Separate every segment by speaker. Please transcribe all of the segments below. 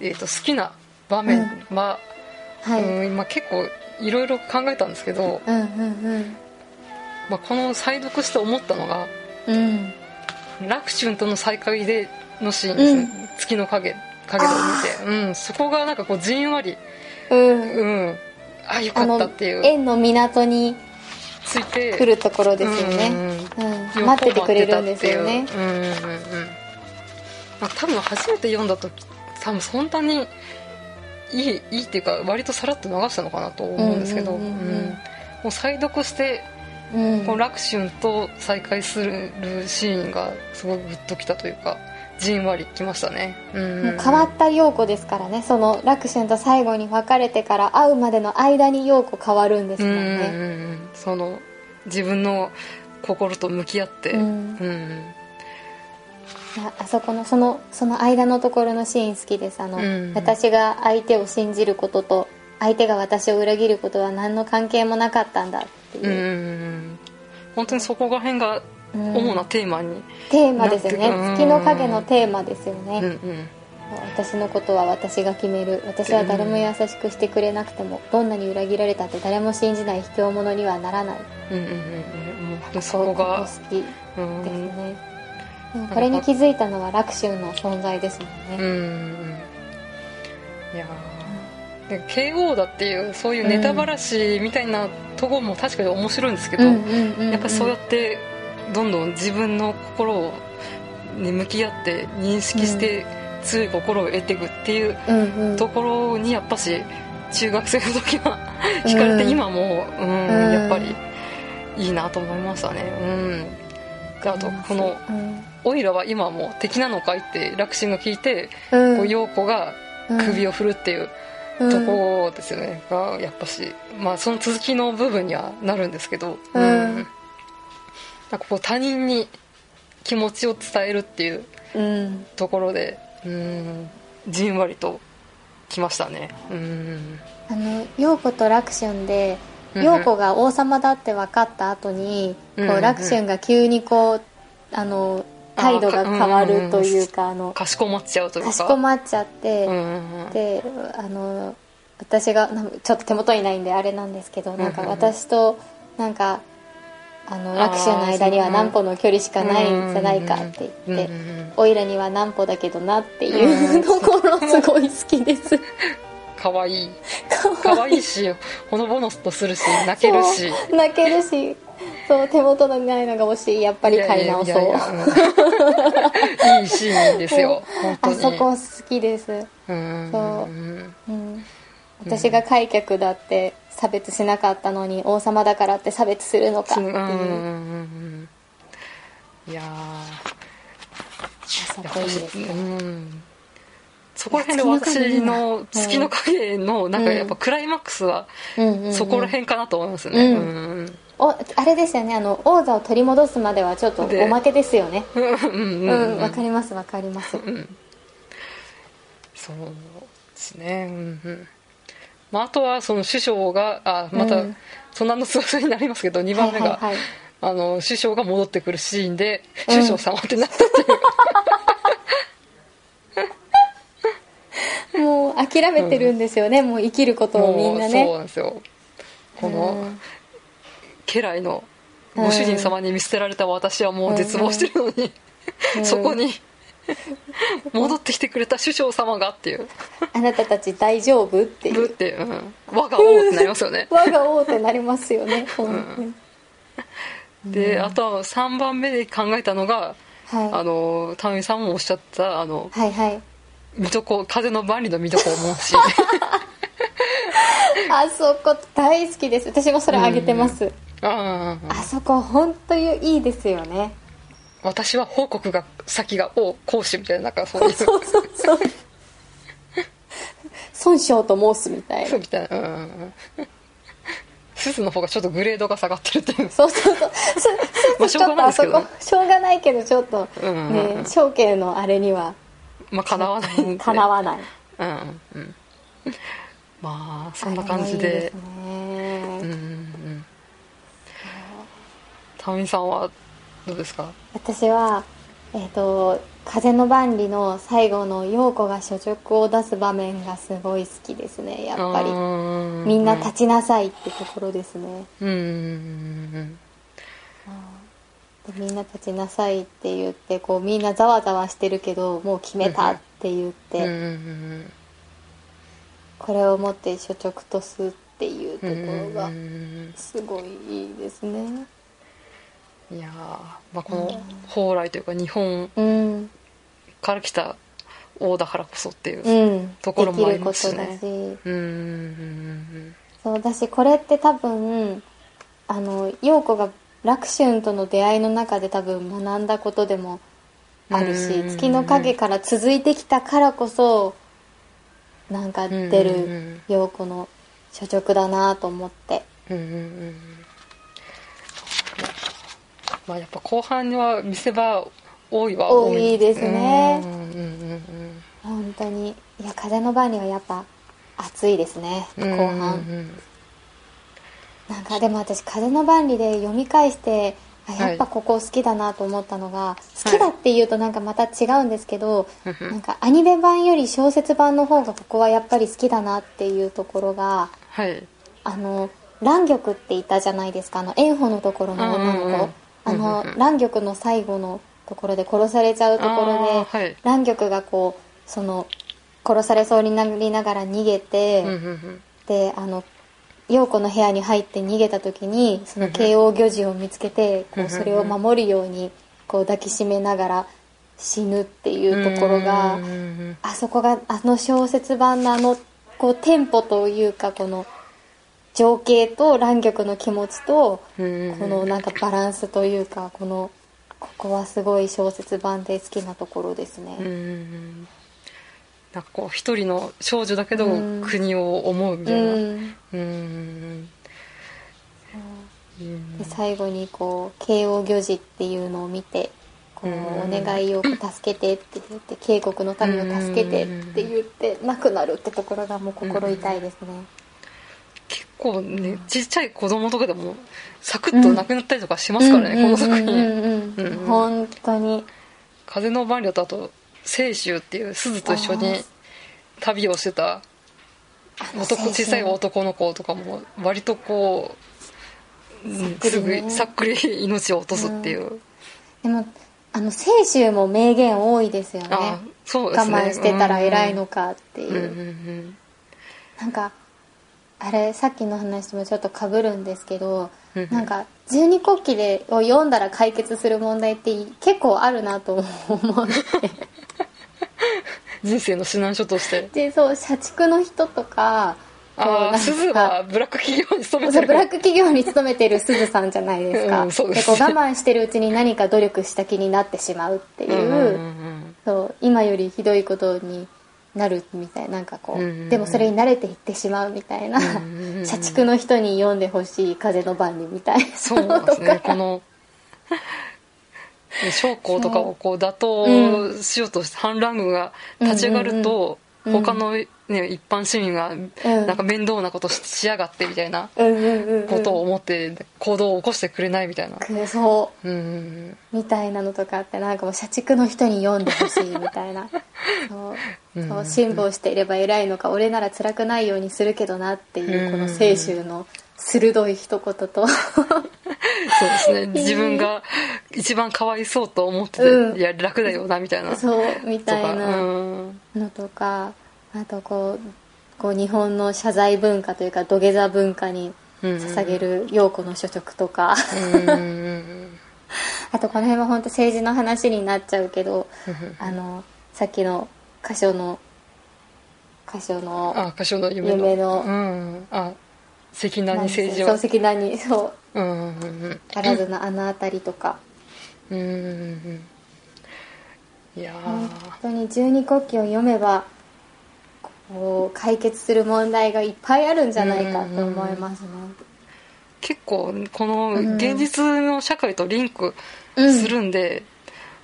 Speaker 1: えー、と好きな場面は、
Speaker 2: はい、
Speaker 1: うん今結構いろいろ考えたんですけど、
Speaker 2: うんうん
Speaker 1: まあ、この再読して思ったのが
Speaker 2: うんうん
Speaker 1: 楽春との再会でのシーンですね、月の影影を見て、うん、そこがなんかこうじんわり、
Speaker 2: うん
Speaker 1: うん、あよ
Speaker 2: あ
Speaker 1: かっ
Speaker 2: の
Speaker 1: たっていう
Speaker 2: 円の港に
Speaker 1: ついて
Speaker 2: 来るところですよ
Speaker 1: うん
Speaker 2: ね、
Speaker 1: うんうん
Speaker 2: うん待っててくれるんですよね
Speaker 1: うんうんうんうんまあ、多分初めて読んだ時多分そんなにいいいいっていうか割とさらっと流したのかなと思うんですけど、
Speaker 2: うんうんうんうん
Speaker 1: うんもう再読して
Speaker 2: うん
Speaker 1: この楽春と再会するシーンがすごいグッときたというかじんわりきましたね、うん
Speaker 2: もう変わった陽子ですからねその楽春と最後に別れてから会うまでの間に陽子変わるんです
Speaker 1: うん
Speaker 2: も
Speaker 1: うんんうん
Speaker 2: ね、
Speaker 1: うんその自分の心と向き合って、
Speaker 2: う
Speaker 1: う
Speaker 2: ん
Speaker 1: ん
Speaker 2: ああそこのそのその間のところのシーン好きですあの、
Speaker 1: うん
Speaker 2: 私が相手を信じることと相手が私を裏切ることは何の関係もなかったんだって
Speaker 1: うんうん
Speaker 2: いう、
Speaker 1: うん本当にそこら辺が
Speaker 2: うん
Speaker 1: 主なテーマに、
Speaker 2: テーマですよね
Speaker 1: なんていうか
Speaker 2: 月の影のテーマですよ
Speaker 1: う
Speaker 2: ね、
Speaker 1: んうん
Speaker 2: 私のことは私が決める私は誰も優しくしてくれなくてもどんなに裏切られたって誰も信じない卑怯者にはならない
Speaker 1: うんうんうんもう本当にそこが
Speaker 2: そう好き
Speaker 1: う
Speaker 2: です
Speaker 1: ん
Speaker 2: ね、でもこれに気づいたのは楽春の存在ですもん
Speaker 1: うん
Speaker 2: ね、
Speaker 1: いやーで慶応だっていうそういうネタばらしみたいなとこも確かに面白いんですけど、
Speaker 2: うんうん
Speaker 1: やっぱりそうやってどんどん自分の心を、ね、向き合って認識して強い心を得ていくっていう
Speaker 2: うんうん
Speaker 1: ところにやっぱし中学生の時は惹かれ
Speaker 2: う
Speaker 1: て
Speaker 2: ん
Speaker 1: 今もうん、
Speaker 2: うん
Speaker 1: やっぱりいいなと思いましたねうんであとこの
Speaker 2: うん
Speaker 1: 「オイラは今もう敵なのかい?」って楽神が聞いて、
Speaker 2: うん
Speaker 1: こう陽子が首を振るっていう
Speaker 2: う
Speaker 1: と
Speaker 2: ん
Speaker 1: こですよね、がやっぱしまあその続きの部分にはなるんですけど
Speaker 2: うん
Speaker 1: なんかこう他人に気持ちを伝えるっていう
Speaker 2: うん
Speaker 1: ところでうんじんわりときましたねうん
Speaker 2: あの陽子と楽春で
Speaker 1: うん
Speaker 2: 陽子が王様だって分かった後に、
Speaker 1: うん
Speaker 2: こ
Speaker 1: う
Speaker 2: うん楽春が急にこうあの態度が変わるというかあの
Speaker 1: かしこまっちゃうというか
Speaker 2: かしこまっちゃって、
Speaker 1: うんうんうん
Speaker 2: であの私がなんちょっと手元にないんであれなんですけどなんか
Speaker 1: うんうんうん
Speaker 2: 私となんかあの
Speaker 1: あー
Speaker 2: 楽手の間には何歩の距離しかない
Speaker 1: うん
Speaker 2: んじゃないかって
Speaker 1: うんう
Speaker 2: 言って
Speaker 1: ん
Speaker 2: 「おいらには何歩だけどな」って
Speaker 1: う
Speaker 2: い
Speaker 1: ん
Speaker 2: うところすごい好きです
Speaker 1: かわいいか
Speaker 2: 可
Speaker 1: わ
Speaker 2: 愛い
Speaker 1: いいしほのぼのとするし泣けるし
Speaker 2: そう泣けるしそう手元のないのが惜しいやっぱり買い直そう
Speaker 1: やいやいやいやうんいいシーンですよ本当
Speaker 2: あ
Speaker 1: に
Speaker 2: そこ好きです
Speaker 1: うん
Speaker 2: そ
Speaker 1: うん
Speaker 2: うん私が開脚だって差別しなかったのに王様だからって差別するのかって
Speaker 1: う
Speaker 2: い
Speaker 1: んうん
Speaker 2: う
Speaker 1: うん
Speaker 2: あ
Speaker 1: うんうんいや
Speaker 2: そ
Speaker 1: ーや
Speaker 2: こいいですね
Speaker 1: うんそこら辺で私の月
Speaker 2: 月
Speaker 1: の
Speaker 2: の
Speaker 1: 影のなんかやっぱクライマックスはそこら辺かなと思いますね
Speaker 2: うん
Speaker 1: うん
Speaker 2: おあれですよねあの王座を取り戻すまではちょっと
Speaker 1: で
Speaker 2: おまけですよね
Speaker 1: うんうん
Speaker 2: う
Speaker 1: うんん
Speaker 2: わ
Speaker 1: う、ん
Speaker 2: かりますわかります
Speaker 1: そうですねうんうんまあ、あとはその師匠があまた
Speaker 2: うん
Speaker 1: そんなの噂になりますけど2番目が、
Speaker 2: はいはいはい
Speaker 1: あの師匠が戻ってくるシーンで「
Speaker 2: うん
Speaker 1: 師匠様」ってなったっていう、
Speaker 2: もう諦めてるんですよね、もう生きることをみんなね
Speaker 1: そうなんですよこ
Speaker 2: う
Speaker 1: の
Speaker 2: ん
Speaker 1: 家来のご主人様に見捨てられた私はもう絶望してるのに、
Speaker 2: うん
Speaker 1: そこに戻ってきてくれた師匠様がっていう
Speaker 2: あなたたち大丈夫ってい
Speaker 1: ぶっ
Speaker 2: う
Speaker 1: て、うん、我が王ってなりますよね
Speaker 2: 我が王となりますよね本当に、
Speaker 1: であとは3番目で考えたのが、あ
Speaker 2: はい
Speaker 1: の田上さんもおっしゃったあの
Speaker 2: はいはい
Speaker 1: 水戸黄風の万里の水戸黄門 シー
Speaker 2: あそこ大好きです私もそれあげてます、
Speaker 1: ンああ
Speaker 2: あそこ本当にいいですよね
Speaker 1: 私は報告が先が王公子みたいななんかそういう
Speaker 2: そうそう そう孫将と申すみたいな
Speaker 1: そうみたいなうんうんうんスズの方がちょっとグレードが下がってるっていう
Speaker 2: そうそうそう
Speaker 1: まあし
Speaker 2: そち
Speaker 1: ょう
Speaker 2: ょ
Speaker 1: が
Speaker 2: っ
Speaker 1: ない
Speaker 2: と
Speaker 1: ですけどね
Speaker 2: あそこしょうがないけどちょっと
Speaker 1: うんうんうん
Speaker 2: ね証券のあれには
Speaker 1: まあかなわないんで
Speaker 2: かなわない
Speaker 1: うんうんうんまあそんな感じで
Speaker 2: あれはいいです
Speaker 1: うん
Speaker 2: ね
Speaker 1: うんうん田上さんはどうですか
Speaker 2: 私はえっ、と風の万里の最後の陽子が所直を出す場面がすごい好きですねやっぱり
Speaker 1: り
Speaker 2: みんな立ちなさいってところですね
Speaker 1: うんうん
Speaker 2: でみんな立ちなさいって言ってこうみんなざわざわしてるけどもう決めたって言っ
Speaker 1: うんうんうん
Speaker 2: て、これを持って所直とすっていうと
Speaker 1: うんうん
Speaker 2: ころが
Speaker 1: うんうん
Speaker 2: すごいいいですね
Speaker 1: いやー、まあ、この蓬莱というか日本
Speaker 2: うん
Speaker 1: から来た王だからこそっていう、
Speaker 2: うん
Speaker 1: ところもありま
Speaker 2: ですき
Speaker 1: し
Speaker 2: る
Speaker 1: ね
Speaker 2: ことだし
Speaker 1: うんうん
Speaker 2: そうだしこれって多分あの陽子が楽春との出会いの中で多分学んだことでもあるし
Speaker 1: うん
Speaker 2: 月の影から続いてきたからこそなんか
Speaker 1: うんうん
Speaker 2: 出
Speaker 1: うんう
Speaker 2: る
Speaker 1: ん
Speaker 2: 陽子の所直だなと思って
Speaker 1: うんうんうんまあやっぱ後半には見せ場多いは多い
Speaker 2: 多いですね
Speaker 1: うんうんうん
Speaker 2: 本当にいや風の番にはやっぱ熱いですね後
Speaker 1: うん
Speaker 2: 半。
Speaker 1: うん
Speaker 2: なんかでも私「風の万里」で読み返してあ
Speaker 1: はい
Speaker 2: やっぱここ好きだなと思ったのが、好きだっていうとなんかまた違うんですけど、
Speaker 1: うん
Speaker 2: なんかアニメ版より小説版の方がここはやっぱり好きだなっていうところが
Speaker 1: はい
Speaker 2: あの蘭玉っていたじゃないですかあの炎鵬のところの女の子、
Speaker 1: うんうんうん
Speaker 2: あの、
Speaker 1: うんうんうん
Speaker 2: 蘭玉の最後のところで殺されちゃうところで、
Speaker 1: あーはい
Speaker 2: 蘭玉がこうその殺されそうになりながら逃げて。
Speaker 1: うんうん
Speaker 2: であの陽子の部屋に入って逃げた時にその慶応魚児を見つけて
Speaker 1: う
Speaker 2: こ
Speaker 1: んう
Speaker 2: うんそれを守るようにこう抱きしめながら死ぬってい
Speaker 1: うん
Speaker 2: うところが
Speaker 1: うんうん
Speaker 2: あそこがあの小説版のあのこうテンポというかこの情景と蘭玉の気持ちと
Speaker 1: うんうん
Speaker 2: このなんかバランスというかこのここはすごい小説版で好きなところですね。
Speaker 1: うんうんうんなんかこう一人の少女だけど
Speaker 2: うん
Speaker 1: 国を思うみたいなうん
Speaker 2: うん
Speaker 1: うんうん
Speaker 2: で最後にこう慶応行事っていうのを見てこうお
Speaker 1: うん
Speaker 2: 願いを助けてって言って慶国の民を助けてって言って亡くなるってところがもう心痛いですね
Speaker 1: 結構ねちっちゃい子供とかでもサクッとなくなったりとかしますからね、この作品、
Speaker 2: うんうんうん
Speaker 1: うん
Speaker 2: 本当に
Speaker 1: 風の万里とあと清舟っていう鈴と一緒に旅をしてた
Speaker 2: あの
Speaker 1: 男
Speaker 2: 青
Speaker 1: 小
Speaker 2: 春
Speaker 1: さい男の子とかも割とこう、うん
Speaker 2: さっ
Speaker 1: す
Speaker 2: くりね
Speaker 1: ぐさっくり命を落とすっていう、
Speaker 2: でもあの青州も名言多いですよね
Speaker 1: あそうで
Speaker 2: 我
Speaker 1: すね
Speaker 2: 慢してたら偉いのかって
Speaker 1: うんう
Speaker 2: いう、
Speaker 1: ん
Speaker 2: なんかあれさっきの話ともちょっとかぶるんですけど
Speaker 1: うんうん
Speaker 2: なんか十二国旗でを読んだら解決する問題ってい結構あるなと 思う
Speaker 1: 人生の指南書として
Speaker 2: でそう社畜の人とかこう
Speaker 1: あ
Speaker 2: な
Speaker 1: あ
Speaker 2: んか
Speaker 1: 鈴はブラック企業に勤めて
Speaker 2: そう
Speaker 1: る
Speaker 2: ブラック企業に勤めてるすずさんじゃないですか、
Speaker 1: うんそうで
Speaker 2: ですこう
Speaker 1: ね
Speaker 2: 我慢してるうちに何か努力した気になってしまうっていう,、
Speaker 1: うんうん
Speaker 2: そう今よりひどいことになるみたいななんかこ
Speaker 1: う
Speaker 2: う、
Speaker 1: んうんうん
Speaker 2: でもそれに慣れていってしまうみたいな、
Speaker 1: うんうんうん
Speaker 2: 社畜の人に読んでほしい風の万里みたいな
Speaker 1: そうなんですねこの将校とかをこう打倒しようとして反乱軍が立ち上がると
Speaker 2: うんうんうん
Speaker 1: 他の、ね、一般市民がなんか面倒なことししやがってみたいな
Speaker 2: うんうんうんうん
Speaker 1: ことを思って行動を起こしてくれないみたいな。
Speaker 2: くそう
Speaker 1: うんうん
Speaker 2: みたいなのとかあってなんかもう社畜の人に読んでほしいみたいなそう
Speaker 1: うん
Speaker 2: そう辛抱していれば偉いのか俺なら辛くないようにするけどなっていう
Speaker 1: うん
Speaker 2: この清州の鋭い一言と
Speaker 1: そうですね自分が一番かわいそうと思ってて、
Speaker 2: うん
Speaker 1: いや楽だよなみたいなと
Speaker 2: そうみた
Speaker 1: か
Speaker 2: いな
Speaker 1: うん
Speaker 2: のとかあとこうこう日本の謝罪文化というか土下座文化に捧げる陽子の所得とか
Speaker 1: うんうん
Speaker 2: あとこの辺は本当政治の話になっちゃうけど
Speaker 1: うん
Speaker 2: あのさっきの箇所の箇所の
Speaker 1: あ歌唱の夢の
Speaker 2: 夢の
Speaker 1: うん、あ関南に政治
Speaker 2: そ
Speaker 1: は
Speaker 2: う赤南にそう
Speaker 1: うんうんうん
Speaker 2: あらず のあの辺りとか
Speaker 1: うんうんうんいや
Speaker 2: 本当に十二国旗を読めばこう解決する問題がいっぱいあるんじゃないかと思います
Speaker 1: ー
Speaker 2: ね、
Speaker 1: 結構この
Speaker 2: うん
Speaker 1: 現実の社会とリンク
Speaker 2: うん
Speaker 1: するんで、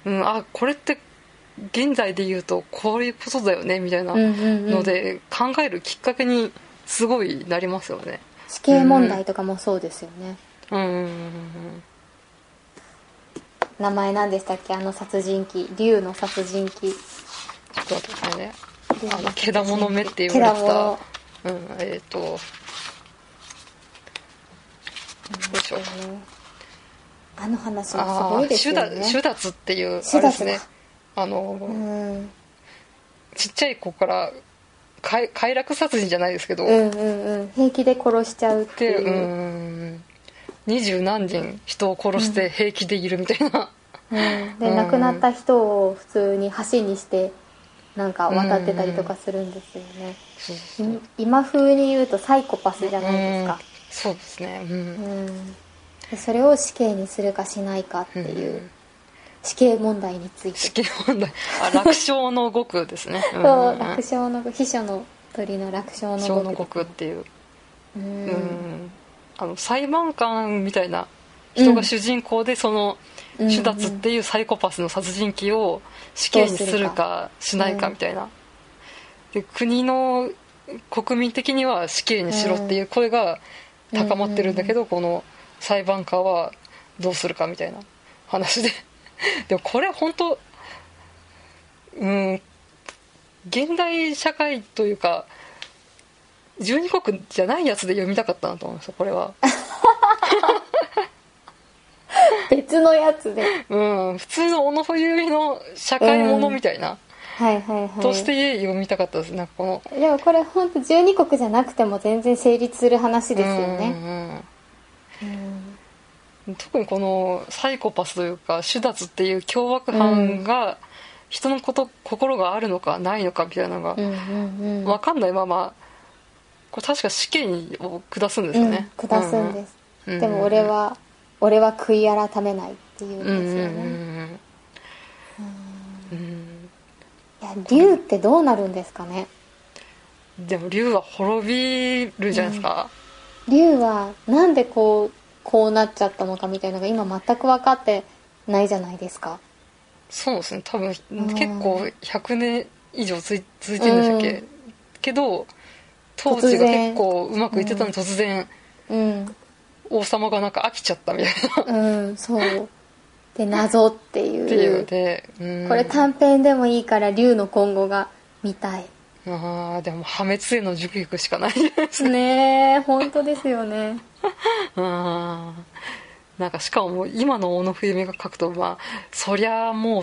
Speaker 1: うんあこれって現在で言うとこういうことだよねみたいな
Speaker 2: うんうんうん
Speaker 1: ので、考えるきっかけにすごいなりますよね。
Speaker 2: 死刑問題とかもそうですよね、
Speaker 1: うんうん
Speaker 2: 名前何でしたっけあの殺人鬼竜の殺人鬼
Speaker 1: ちょっと待ってくださいね
Speaker 2: 竜
Speaker 1: あの
Speaker 2: の
Speaker 1: 毛玉の目って言われて
Speaker 2: 毛
Speaker 1: た
Speaker 2: 玉
Speaker 1: うんえっ、とよいしょ
Speaker 2: あの話もす
Speaker 1: あ
Speaker 2: ご
Speaker 1: あ
Speaker 2: いです
Speaker 1: シュ
Speaker 2: よ
Speaker 1: ダ
Speaker 2: ね
Speaker 1: シュダツっていうあ
Speaker 2: シ
Speaker 1: れ
Speaker 2: ュ
Speaker 1: で
Speaker 2: ダ
Speaker 1: す
Speaker 2: ツ
Speaker 1: ね
Speaker 2: か
Speaker 1: あの、
Speaker 2: うん
Speaker 1: ちっちゃい子から快快楽殺人じゃないですけど、
Speaker 2: うんうんうん平気で殺しちゃうって
Speaker 1: で
Speaker 2: いうう、
Speaker 1: ーん二十何人人を殺して平気でいるみたいな、
Speaker 2: うん
Speaker 1: う
Speaker 2: で
Speaker 1: ん
Speaker 2: 亡くなった人を普通に橋にしてなんか渡ってたりとかするんですよね、
Speaker 1: そうそう
Speaker 2: い今風に言うとサイコパスじゃないですか、
Speaker 1: そうですねうん、
Speaker 2: うんでそれを死刑にするかしないかっていう、
Speaker 1: うん
Speaker 2: 死刑問題について
Speaker 1: 死刑問題あ楽勝の極ですねう
Speaker 2: そうん楽勝の秘書の鳥の楽勝の
Speaker 1: 小の
Speaker 2: 獄
Speaker 1: 極っていう、う
Speaker 2: う
Speaker 1: ん
Speaker 2: ん
Speaker 1: あの裁判官みたいな人が主人公でその、
Speaker 2: うん
Speaker 1: 手奪っていうサイコパスの殺人鬼を死刑にするかしないかみたいな、で国の国民的には死刑にしろっていう声が高まってるんだけど、この裁判官はどうするかみたいな話で でもこれ本当うん現代社会というか12国じゃないやつで読みたかったなと思いましたこれ は。
Speaker 2: 別のやつで
Speaker 1: うん、普通の小野冬美の社会ものみたいな、
Speaker 2: はいはいはい
Speaker 1: として読みたかったですなんかこの
Speaker 2: でもこれ本当12国じゃなくても全然成立する話ですよね、
Speaker 1: ね、
Speaker 2: うん
Speaker 1: うん特にこのサイコパスというか手奪っていう凶悪犯が人のこと心があるのかないのかみたいなのが
Speaker 2: うん、うんうん
Speaker 1: 分かんないままこれ確か死刑を下すんですよね、
Speaker 2: うん、下すんです、
Speaker 1: うんうん
Speaker 2: でも俺は俺は悔い改めないっていうん
Speaker 1: うんうん
Speaker 2: です
Speaker 1: う
Speaker 2: よね、
Speaker 1: んうん
Speaker 2: いや竜ってどうなるんですかね
Speaker 1: でも竜は滅びるじゃないですか、
Speaker 2: 竜はなんでこうこうなっちゃったのかみたいなのが今全く分かってないじゃないですか
Speaker 1: そうですね多分結
Speaker 2: うん
Speaker 1: 構100年以上つい続いてるんでしたっけ、
Speaker 2: う
Speaker 1: けど当時が
Speaker 2: 突然
Speaker 1: 結構うまくいってたのに突然、
Speaker 2: うん
Speaker 1: 王様がなんか飽きちゃったみたいなっ
Speaker 2: うんそうで謎っていう
Speaker 1: ていうので、うん
Speaker 2: これ短編でもいいから竜の今後が見たい
Speaker 1: あーでも破滅への熟育しかない じゃないですか
Speaker 2: ねえ 本当ですよね
Speaker 1: あーなんかしかも今の小野冬美が書くとまあそりゃもう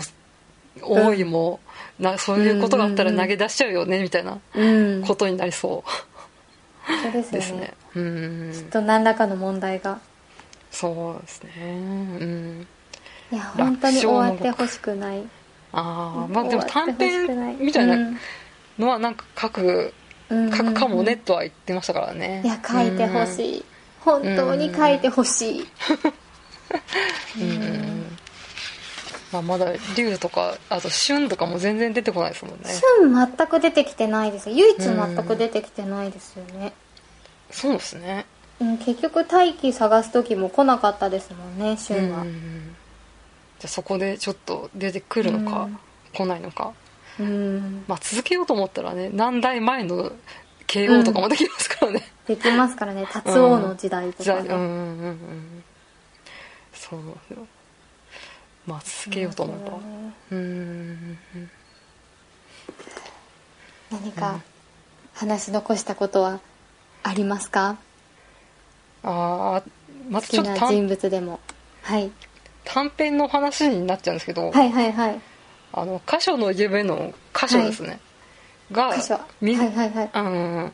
Speaker 1: 思いも、なそういうことがあったら投げ出しちゃうよねみたいな
Speaker 2: うん
Speaker 1: こ
Speaker 2: 本
Speaker 1: とになりそう
Speaker 2: 当です
Speaker 1: で
Speaker 2: よ
Speaker 1: す
Speaker 2: ね
Speaker 1: ねうん
Speaker 2: きっと何らかの問題が
Speaker 1: そうですねうん
Speaker 2: いや本当に終わってほしくない
Speaker 1: ああまあでも短
Speaker 2: 終わってほし
Speaker 1: 編
Speaker 2: く
Speaker 1: みたい
Speaker 2: うん
Speaker 1: なのはなんか書く、
Speaker 2: うんうん
Speaker 1: 書くかもねとは言ってましたからね
Speaker 2: いや書いてほ
Speaker 1: い、
Speaker 2: しい本当に書いてほしい
Speaker 1: うんうんまあ、まだ竜とかあと旬とかも全然出てこないですもんね
Speaker 2: 旬全く出てきてないですよ唯一全く出てきてないですよね、
Speaker 1: そうですね
Speaker 2: うん、結局大輝探す時も来なかったですもんね
Speaker 1: うん
Speaker 2: 旬は、
Speaker 1: うんうんじゃあそこでちょっと出てくるのか、
Speaker 2: うん
Speaker 1: 来ないのか
Speaker 2: うん、
Speaker 1: まあ続けようと思ったらね何代前の慶応とかもできますからね、
Speaker 2: できますからね達王の時代と
Speaker 1: じゃあ
Speaker 2: か
Speaker 1: うん
Speaker 2: ね、
Speaker 1: うんうんうんそうなんですよまあ続けようと思えばうん
Speaker 2: 何か話し残したことはありますか
Speaker 1: ああまた
Speaker 2: 好
Speaker 1: ち
Speaker 2: き
Speaker 1: ょっと
Speaker 2: な
Speaker 1: 短
Speaker 2: 人物でもはい
Speaker 1: 短編の話になっちゃうんですけど「
Speaker 2: はいはいはい
Speaker 1: あの箇所の夢」の箇所ですね、が
Speaker 2: 箇所は
Speaker 1: み
Speaker 2: いはいはい
Speaker 1: あの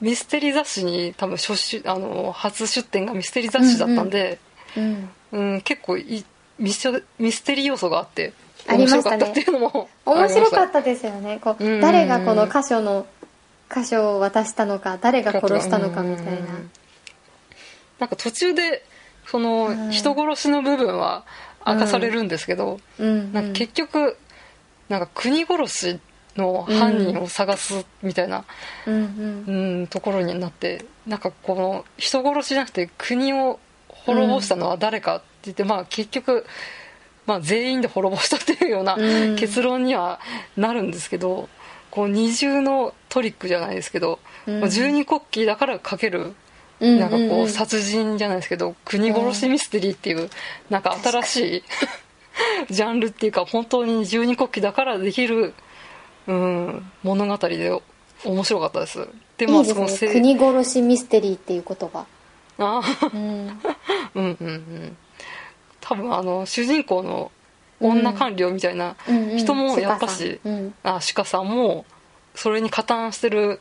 Speaker 1: ミステリー雑誌に多分初出あの初出展がミステリー雑誌だったんで、
Speaker 2: うん
Speaker 1: うん結構いミステミステリー要素があって
Speaker 2: あり
Speaker 1: 面白
Speaker 2: ま
Speaker 1: か
Speaker 2: した
Speaker 1: っ
Speaker 2: ね
Speaker 1: たっていうのもあ
Speaker 2: 面
Speaker 1: りま
Speaker 2: 白
Speaker 1: した
Speaker 2: かったですよねこう
Speaker 1: うん
Speaker 2: 誰がこの箇所の箇所を渡したのか誰が殺したのかみたいな
Speaker 1: うんなんか途中でその、
Speaker 2: うん
Speaker 1: 人殺しの部分は明かされるんですけど、
Speaker 2: うん
Speaker 1: なんか結局なんか国殺しの犯人を探すみたいな、
Speaker 2: うんうん
Speaker 1: うん、ところになってなんかこの人殺しじゃなくて国を滅ぼしたのは誰かって言って、まあ結局、まあ、全員で滅ぼしたっていうような
Speaker 2: うん
Speaker 1: 結論にはなるんですけど、こう二重のトリックじゃないですけど、
Speaker 2: うん
Speaker 1: まあ、十二国旗だからかける
Speaker 2: うん
Speaker 1: なんかこう
Speaker 2: さ
Speaker 1: 殺人じゃないですけど国殺しミステリーっていうなんか新しいジャンルっていうか本当に十二国旗だからできる、うん、物語で面白かったですで
Speaker 2: い
Speaker 1: も
Speaker 2: いで
Speaker 1: その
Speaker 2: す
Speaker 1: せ
Speaker 2: ね国殺しミステリーっていう言 葉
Speaker 1: あー
Speaker 2: うん
Speaker 1: うんうんうん多分あの主人公の女官僚みたいな、
Speaker 2: うんうん
Speaker 1: 人もやっぱし
Speaker 2: シカさんうん
Speaker 1: あシカさんもそれに加担してる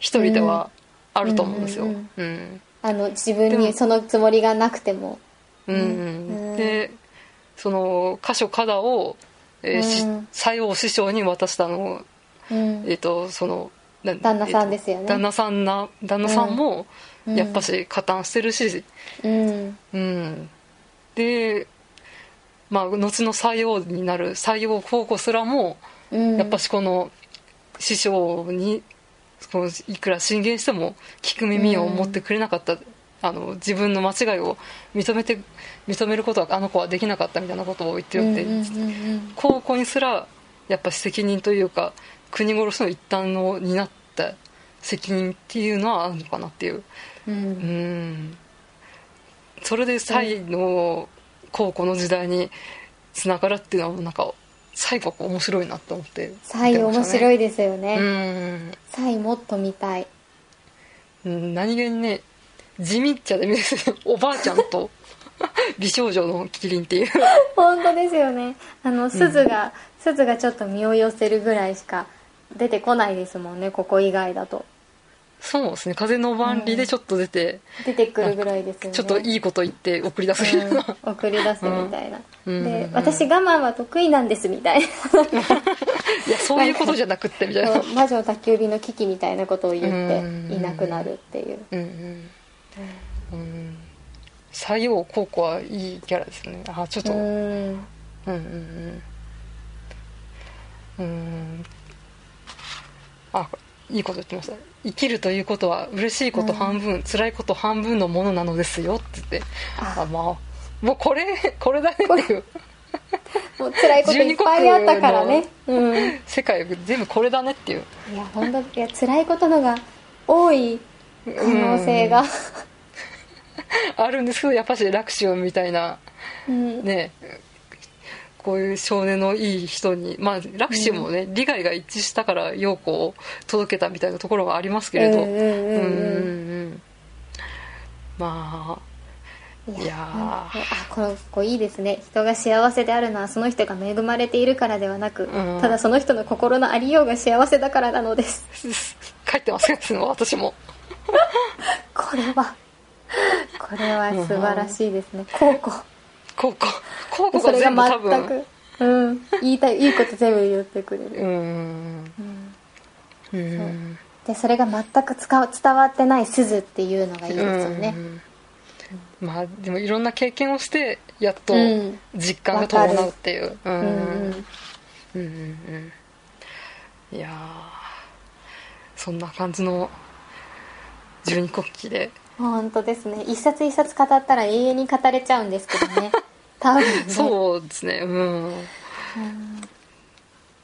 Speaker 1: 一人ではあると思うんですよ、
Speaker 2: うんう
Speaker 1: う
Speaker 2: ん
Speaker 1: ん
Speaker 2: あの自分
Speaker 1: で
Speaker 2: に
Speaker 1: も
Speaker 2: そのつもりがなくても
Speaker 1: うん
Speaker 2: うん
Speaker 1: でその箇所cadaを、えーし
Speaker 2: うん
Speaker 1: 西王師匠に渡したのを
Speaker 2: うん
Speaker 1: えっ、とそのな
Speaker 2: 旦那さんですよ
Speaker 1: え
Speaker 2: ね
Speaker 1: ーと旦那さんな旦那さんも
Speaker 2: うん
Speaker 1: やっぱし加担してるし、
Speaker 2: うん
Speaker 1: うんで、まあ、後の西王になる西王候補すらも
Speaker 2: うん
Speaker 1: やっぱしこの師匠にこのいくら進言しても聞く耳を持ってくれなかった、あの自分の間違いを認めて認めることはあの子はできなかったみたいなことを言っておって、
Speaker 2: うんうんうん
Speaker 1: 高校にすらやっぱ責任というか国殺しの一端を担った責任っていうのはあるのかなっていう
Speaker 2: う
Speaker 1: うんんそれで最の高校の時代につながるっていうのはなんか最後面白いなと思って
Speaker 2: サイ面白
Speaker 1: い
Speaker 2: いですよ
Speaker 1: う
Speaker 2: ね
Speaker 1: ん
Speaker 2: サイもっと見たい
Speaker 1: うん何気にね地味っちゃで見ですよおばあちゃん と美少女の麒麟っていう
Speaker 2: 本当ですよねあの鈴が鈴がちょっと身を寄せるぐらいしか出てこないですもんねここ以外だと
Speaker 1: そうですね風の万里でちょっと出て、
Speaker 2: 出てくるぐらいですよね
Speaker 1: ちょっといいこと言って送り出すみた いな、
Speaker 2: うん送り出すみたいな、
Speaker 1: うん
Speaker 2: で
Speaker 1: うん
Speaker 2: 私我慢は得意なんですみたい ない
Speaker 1: やそういうことじゃなくってみたいな
Speaker 2: そう魔女の宅急便の危機みたいなことを言
Speaker 1: う
Speaker 2: っ
Speaker 1: ん
Speaker 2: ていなくなるっていう
Speaker 1: うんうんうん採用高校はいいキャラですねあちょっと、うん、
Speaker 2: うん
Speaker 1: うんうんうんあいいこと言ってました生きるということは嬉しいこと半分、辛いこと半分のものなのですよって言ってあ
Speaker 2: あ
Speaker 1: まあもうこれこれだねっていう
Speaker 2: もう辛いこといっぱいあったからねうんい
Speaker 1: 世界全部これだねっていう
Speaker 2: や本当いや辛いことのが多い可能性が、
Speaker 1: あるんですけどやっぱし楽勝みたいな
Speaker 2: うん
Speaker 1: ねこういう少年のいい人にまあ楽シーもね、利害が一致したから陽子を届けたみたいなところはありますけれど
Speaker 2: うんうんうんうん
Speaker 1: うんうんまあいや
Speaker 2: あこの子いいですね人が幸せであるのはその人が恵まれているからではなく、
Speaker 1: うん
Speaker 2: ただその人の心のありようが幸せだからなのです
Speaker 1: ー 帰ってますけど私も
Speaker 2: これはこれは素晴らしいですね高校
Speaker 1: 高校高校
Speaker 2: そ
Speaker 1: が
Speaker 2: れ
Speaker 1: 全部多
Speaker 2: が
Speaker 1: 分
Speaker 2: 全くうん言いたいいいこと全部言ってくれる、
Speaker 1: うん
Speaker 2: うん
Speaker 1: うん
Speaker 2: でそれが全く使う伝わってない鈴っていうのがいいですよね
Speaker 1: うんまあでもいろんな経験をしてやっと
Speaker 2: うん
Speaker 1: 実感が伴うっていう、う
Speaker 2: うんんうん
Speaker 1: うんうんうんいやーそんな感じの十二国旗で
Speaker 2: 本当ですね一冊一冊語ったら永遠に語れちゃうんですけ どね多分ね
Speaker 1: そうですねうん、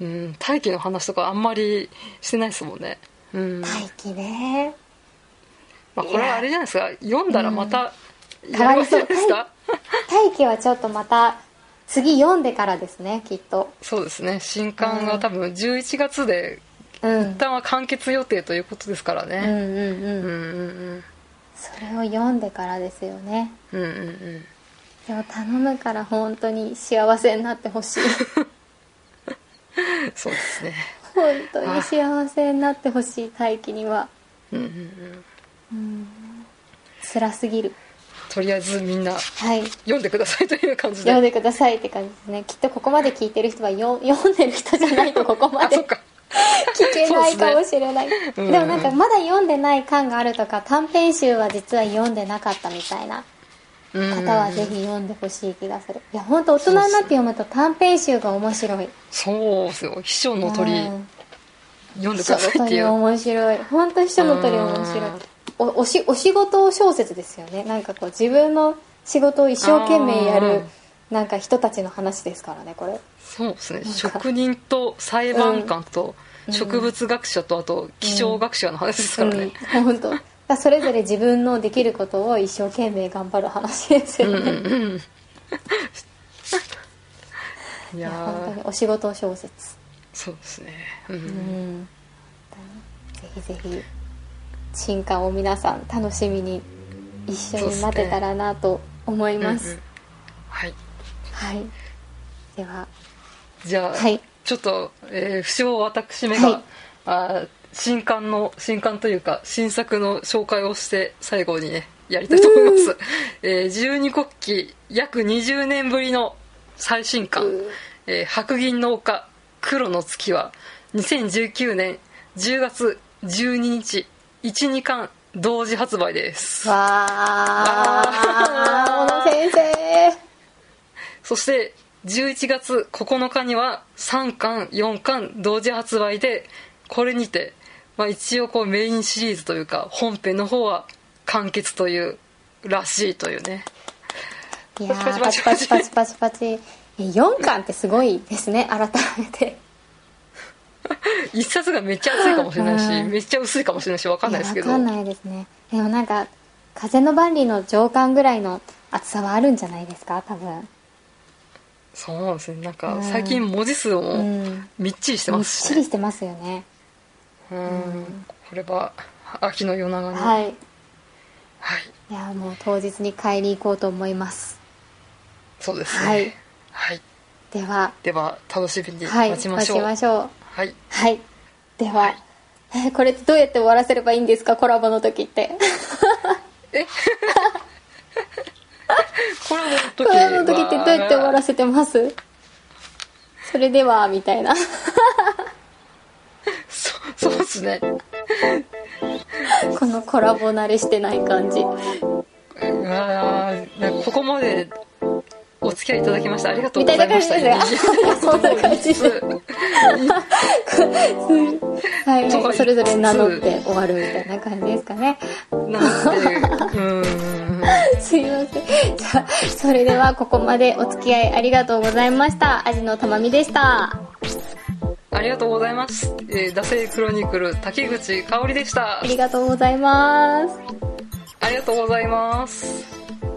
Speaker 1: うん、大気の話とかあんまりしてないですもんねうん、
Speaker 2: 大気ね
Speaker 1: まあ、これはあれじゃないですか読んだらまた
Speaker 2: ん
Speaker 1: やればいいじゃないですか
Speaker 2: 大気はちょっとまた次読んでからですねきっと
Speaker 1: そうですね新刊が多分11月で
Speaker 2: うん
Speaker 1: 一旦は完結予定ということですから
Speaker 2: うん
Speaker 1: ね、
Speaker 2: うん
Speaker 1: うん、
Speaker 2: うん
Speaker 1: うん
Speaker 2: それを読んでからですよね
Speaker 1: うんうんうんうん
Speaker 2: でも頼むから本当に幸せになって ほしい
Speaker 1: そうですね
Speaker 2: 本当に幸せになってほしい大気には
Speaker 1: うんうんうん
Speaker 2: うん辛すぎる
Speaker 1: とりあえずみんな
Speaker 2: はい
Speaker 1: 読んでくださいという感じで
Speaker 2: 読んでくださいって感じですねきっとここまで聞いてる人はよ読んでる人じゃないとここま
Speaker 1: あ
Speaker 2: で
Speaker 1: そっ
Speaker 2: 聞
Speaker 1: か
Speaker 2: けないかもしれない、
Speaker 1: すね
Speaker 2: でもなんかまだ読んでない感があるとか短編集は実は読んでなかったみたいな
Speaker 1: うん
Speaker 2: 方はぜひ読んでほしい気がするいや本当大人になって読むと短編集が面白い
Speaker 1: そうですよ秘書の鳥
Speaker 2: うん
Speaker 1: 読んでく
Speaker 2: 秘
Speaker 1: だ
Speaker 2: 書の
Speaker 1: さいってい
Speaker 2: 鳥
Speaker 1: う
Speaker 2: 面白い本当秘書の鳥面白いおおしお仕事小説ですよねなんかこう自分の仕事を一生懸命
Speaker 1: う
Speaker 2: や
Speaker 1: ん
Speaker 2: るなんか人たちの話ですからねこれ
Speaker 1: そうですね
Speaker 2: か
Speaker 1: 職人と裁判官と植物学者とあと気象学者の話ですからね、
Speaker 2: うん、本当がそれぞれ自分のできることを一生懸命頑張る話ですよ
Speaker 1: うん
Speaker 2: ね、
Speaker 1: うんうんい
Speaker 2: い
Speaker 1: や
Speaker 2: や本当
Speaker 1: ー
Speaker 2: にお仕事小説
Speaker 1: そうですねうん、
Speaker 2: うんぜひぜひ進化を皆さん楽しみに一緒に待てたらなと思います
Speaker 1: うんうんはい
Speaker 2: はいでは
Speaker 1: じゃあ、
Speaker 2: はい
Speaker 1: ちょっと、えー、不詳私め
Speaker 2: は
Speaker 1: が
Speaker 2: い、
Speaker 1: あー新刊の新刊というか新作の紹介をして最後にねやりたいと思います、えー、十二国旗約20年ぶりの最新刊
Speaker 2: う
Speaker 1: 「えー白銀の丘黒の月」は2019年10月12日12巻同時発売です
Speaker 2: わ
Speaker 1: わ
Speaker 2: あ
Speaker 1: ー
Speaker 2: 小野先生
Speaker 1: そして11月9日には3巻4巻同時発売でこれにて、まあ、一応こうメインシリーズというか本編の方は完結というらしいというね
Speaker 2: いやー
Speaker 1: パ
Speaker 2: パ
Speaker 1: チ
Speaker 2: チ
Speaker 1: パ
Speaker 2: パ
Speaker 1: チ
Speaker 2: チ
Speaker 1: パ
Speaker 2: パ
Speaker 1: チ
Speaker 2: チパチパチ4巻ってすごいですね改めて
Speaker 1: 一冊がめっちゃ厚いかもしれないし、
Speaker 2: うん
Speaker 1: めっちゃ薄いかもしれないしわかんないですけど
Speaker 2: いやわかんないですねでもなんか「風の万里」の上巻ぐらいの厚さはあるんじゃないですか多分
Speaker 1: そうですねなんか
Speaker 2: うん
Speaker 1: 最近文字数
Speaker 2: う
Speaker 1: も
Speaker 2: ん
Speaker 1: みっちりして
Speaker 2: み
Speaker 1: ま
Speaker 2: っ
Speaker 1: す
Speaker 2: ち
Speaker 1: し、ね
Speaker 2: りしてますよね
Speaker 1: うんこれは秋の夜長に、
Speaker 2: はい
Speaker 1: はい、
Speaker 2: いやもう当日に買いに行こうと思います
Speaker 1: そうですね
Speaker 2: はい
Speaker 1: はい、
Speaker 2: では
Speaker 1: では楽しみに
Speaker 2: はい
Speaker 1: 待ちましょう、
Speaker 2: ましょう
Speaker 1: はい
Speaker 2: はいでは、
Speaker 1: はい
Speaker 2: えーこれってどうやって終わらせればいいんですかコラボの時って
Speaker 1: コラボの時
Speaker 2: コラボの時
Speaker 1: は
Speaker 2: ってどうやって終わらせてますそれではみたいな
Speaker 1: そそうですね
Speaker 2: このコラボ慣れしてない感じ
Speaker 1: うわーなんかここまでお付き合いいただきましてありがとう
Speaker 2: み
Speaker 1: ご
Speaker 2: た
Speaker 1: ざ
Speaker 2: いない
Speaker 1: ま
Speaker 2: 感
Speaker 1: した
Speaker 2: じですねそんな感 じではい、
Speaker 1: そう
Speaker 2: それぞれ名乗って終わるみたいな感じですかね。
Speaker 1: なんてうーん
Speaker 2: すいません。じ ゃあ、それではここまでお付き合いありがとうございました。アジのたまみでした。
Speaker 1: ありがとうございます、えー、ダセイクロニクル滝口香織でした
Speaker 2: ありがとうございます。
Speaker 1: ありがとうございます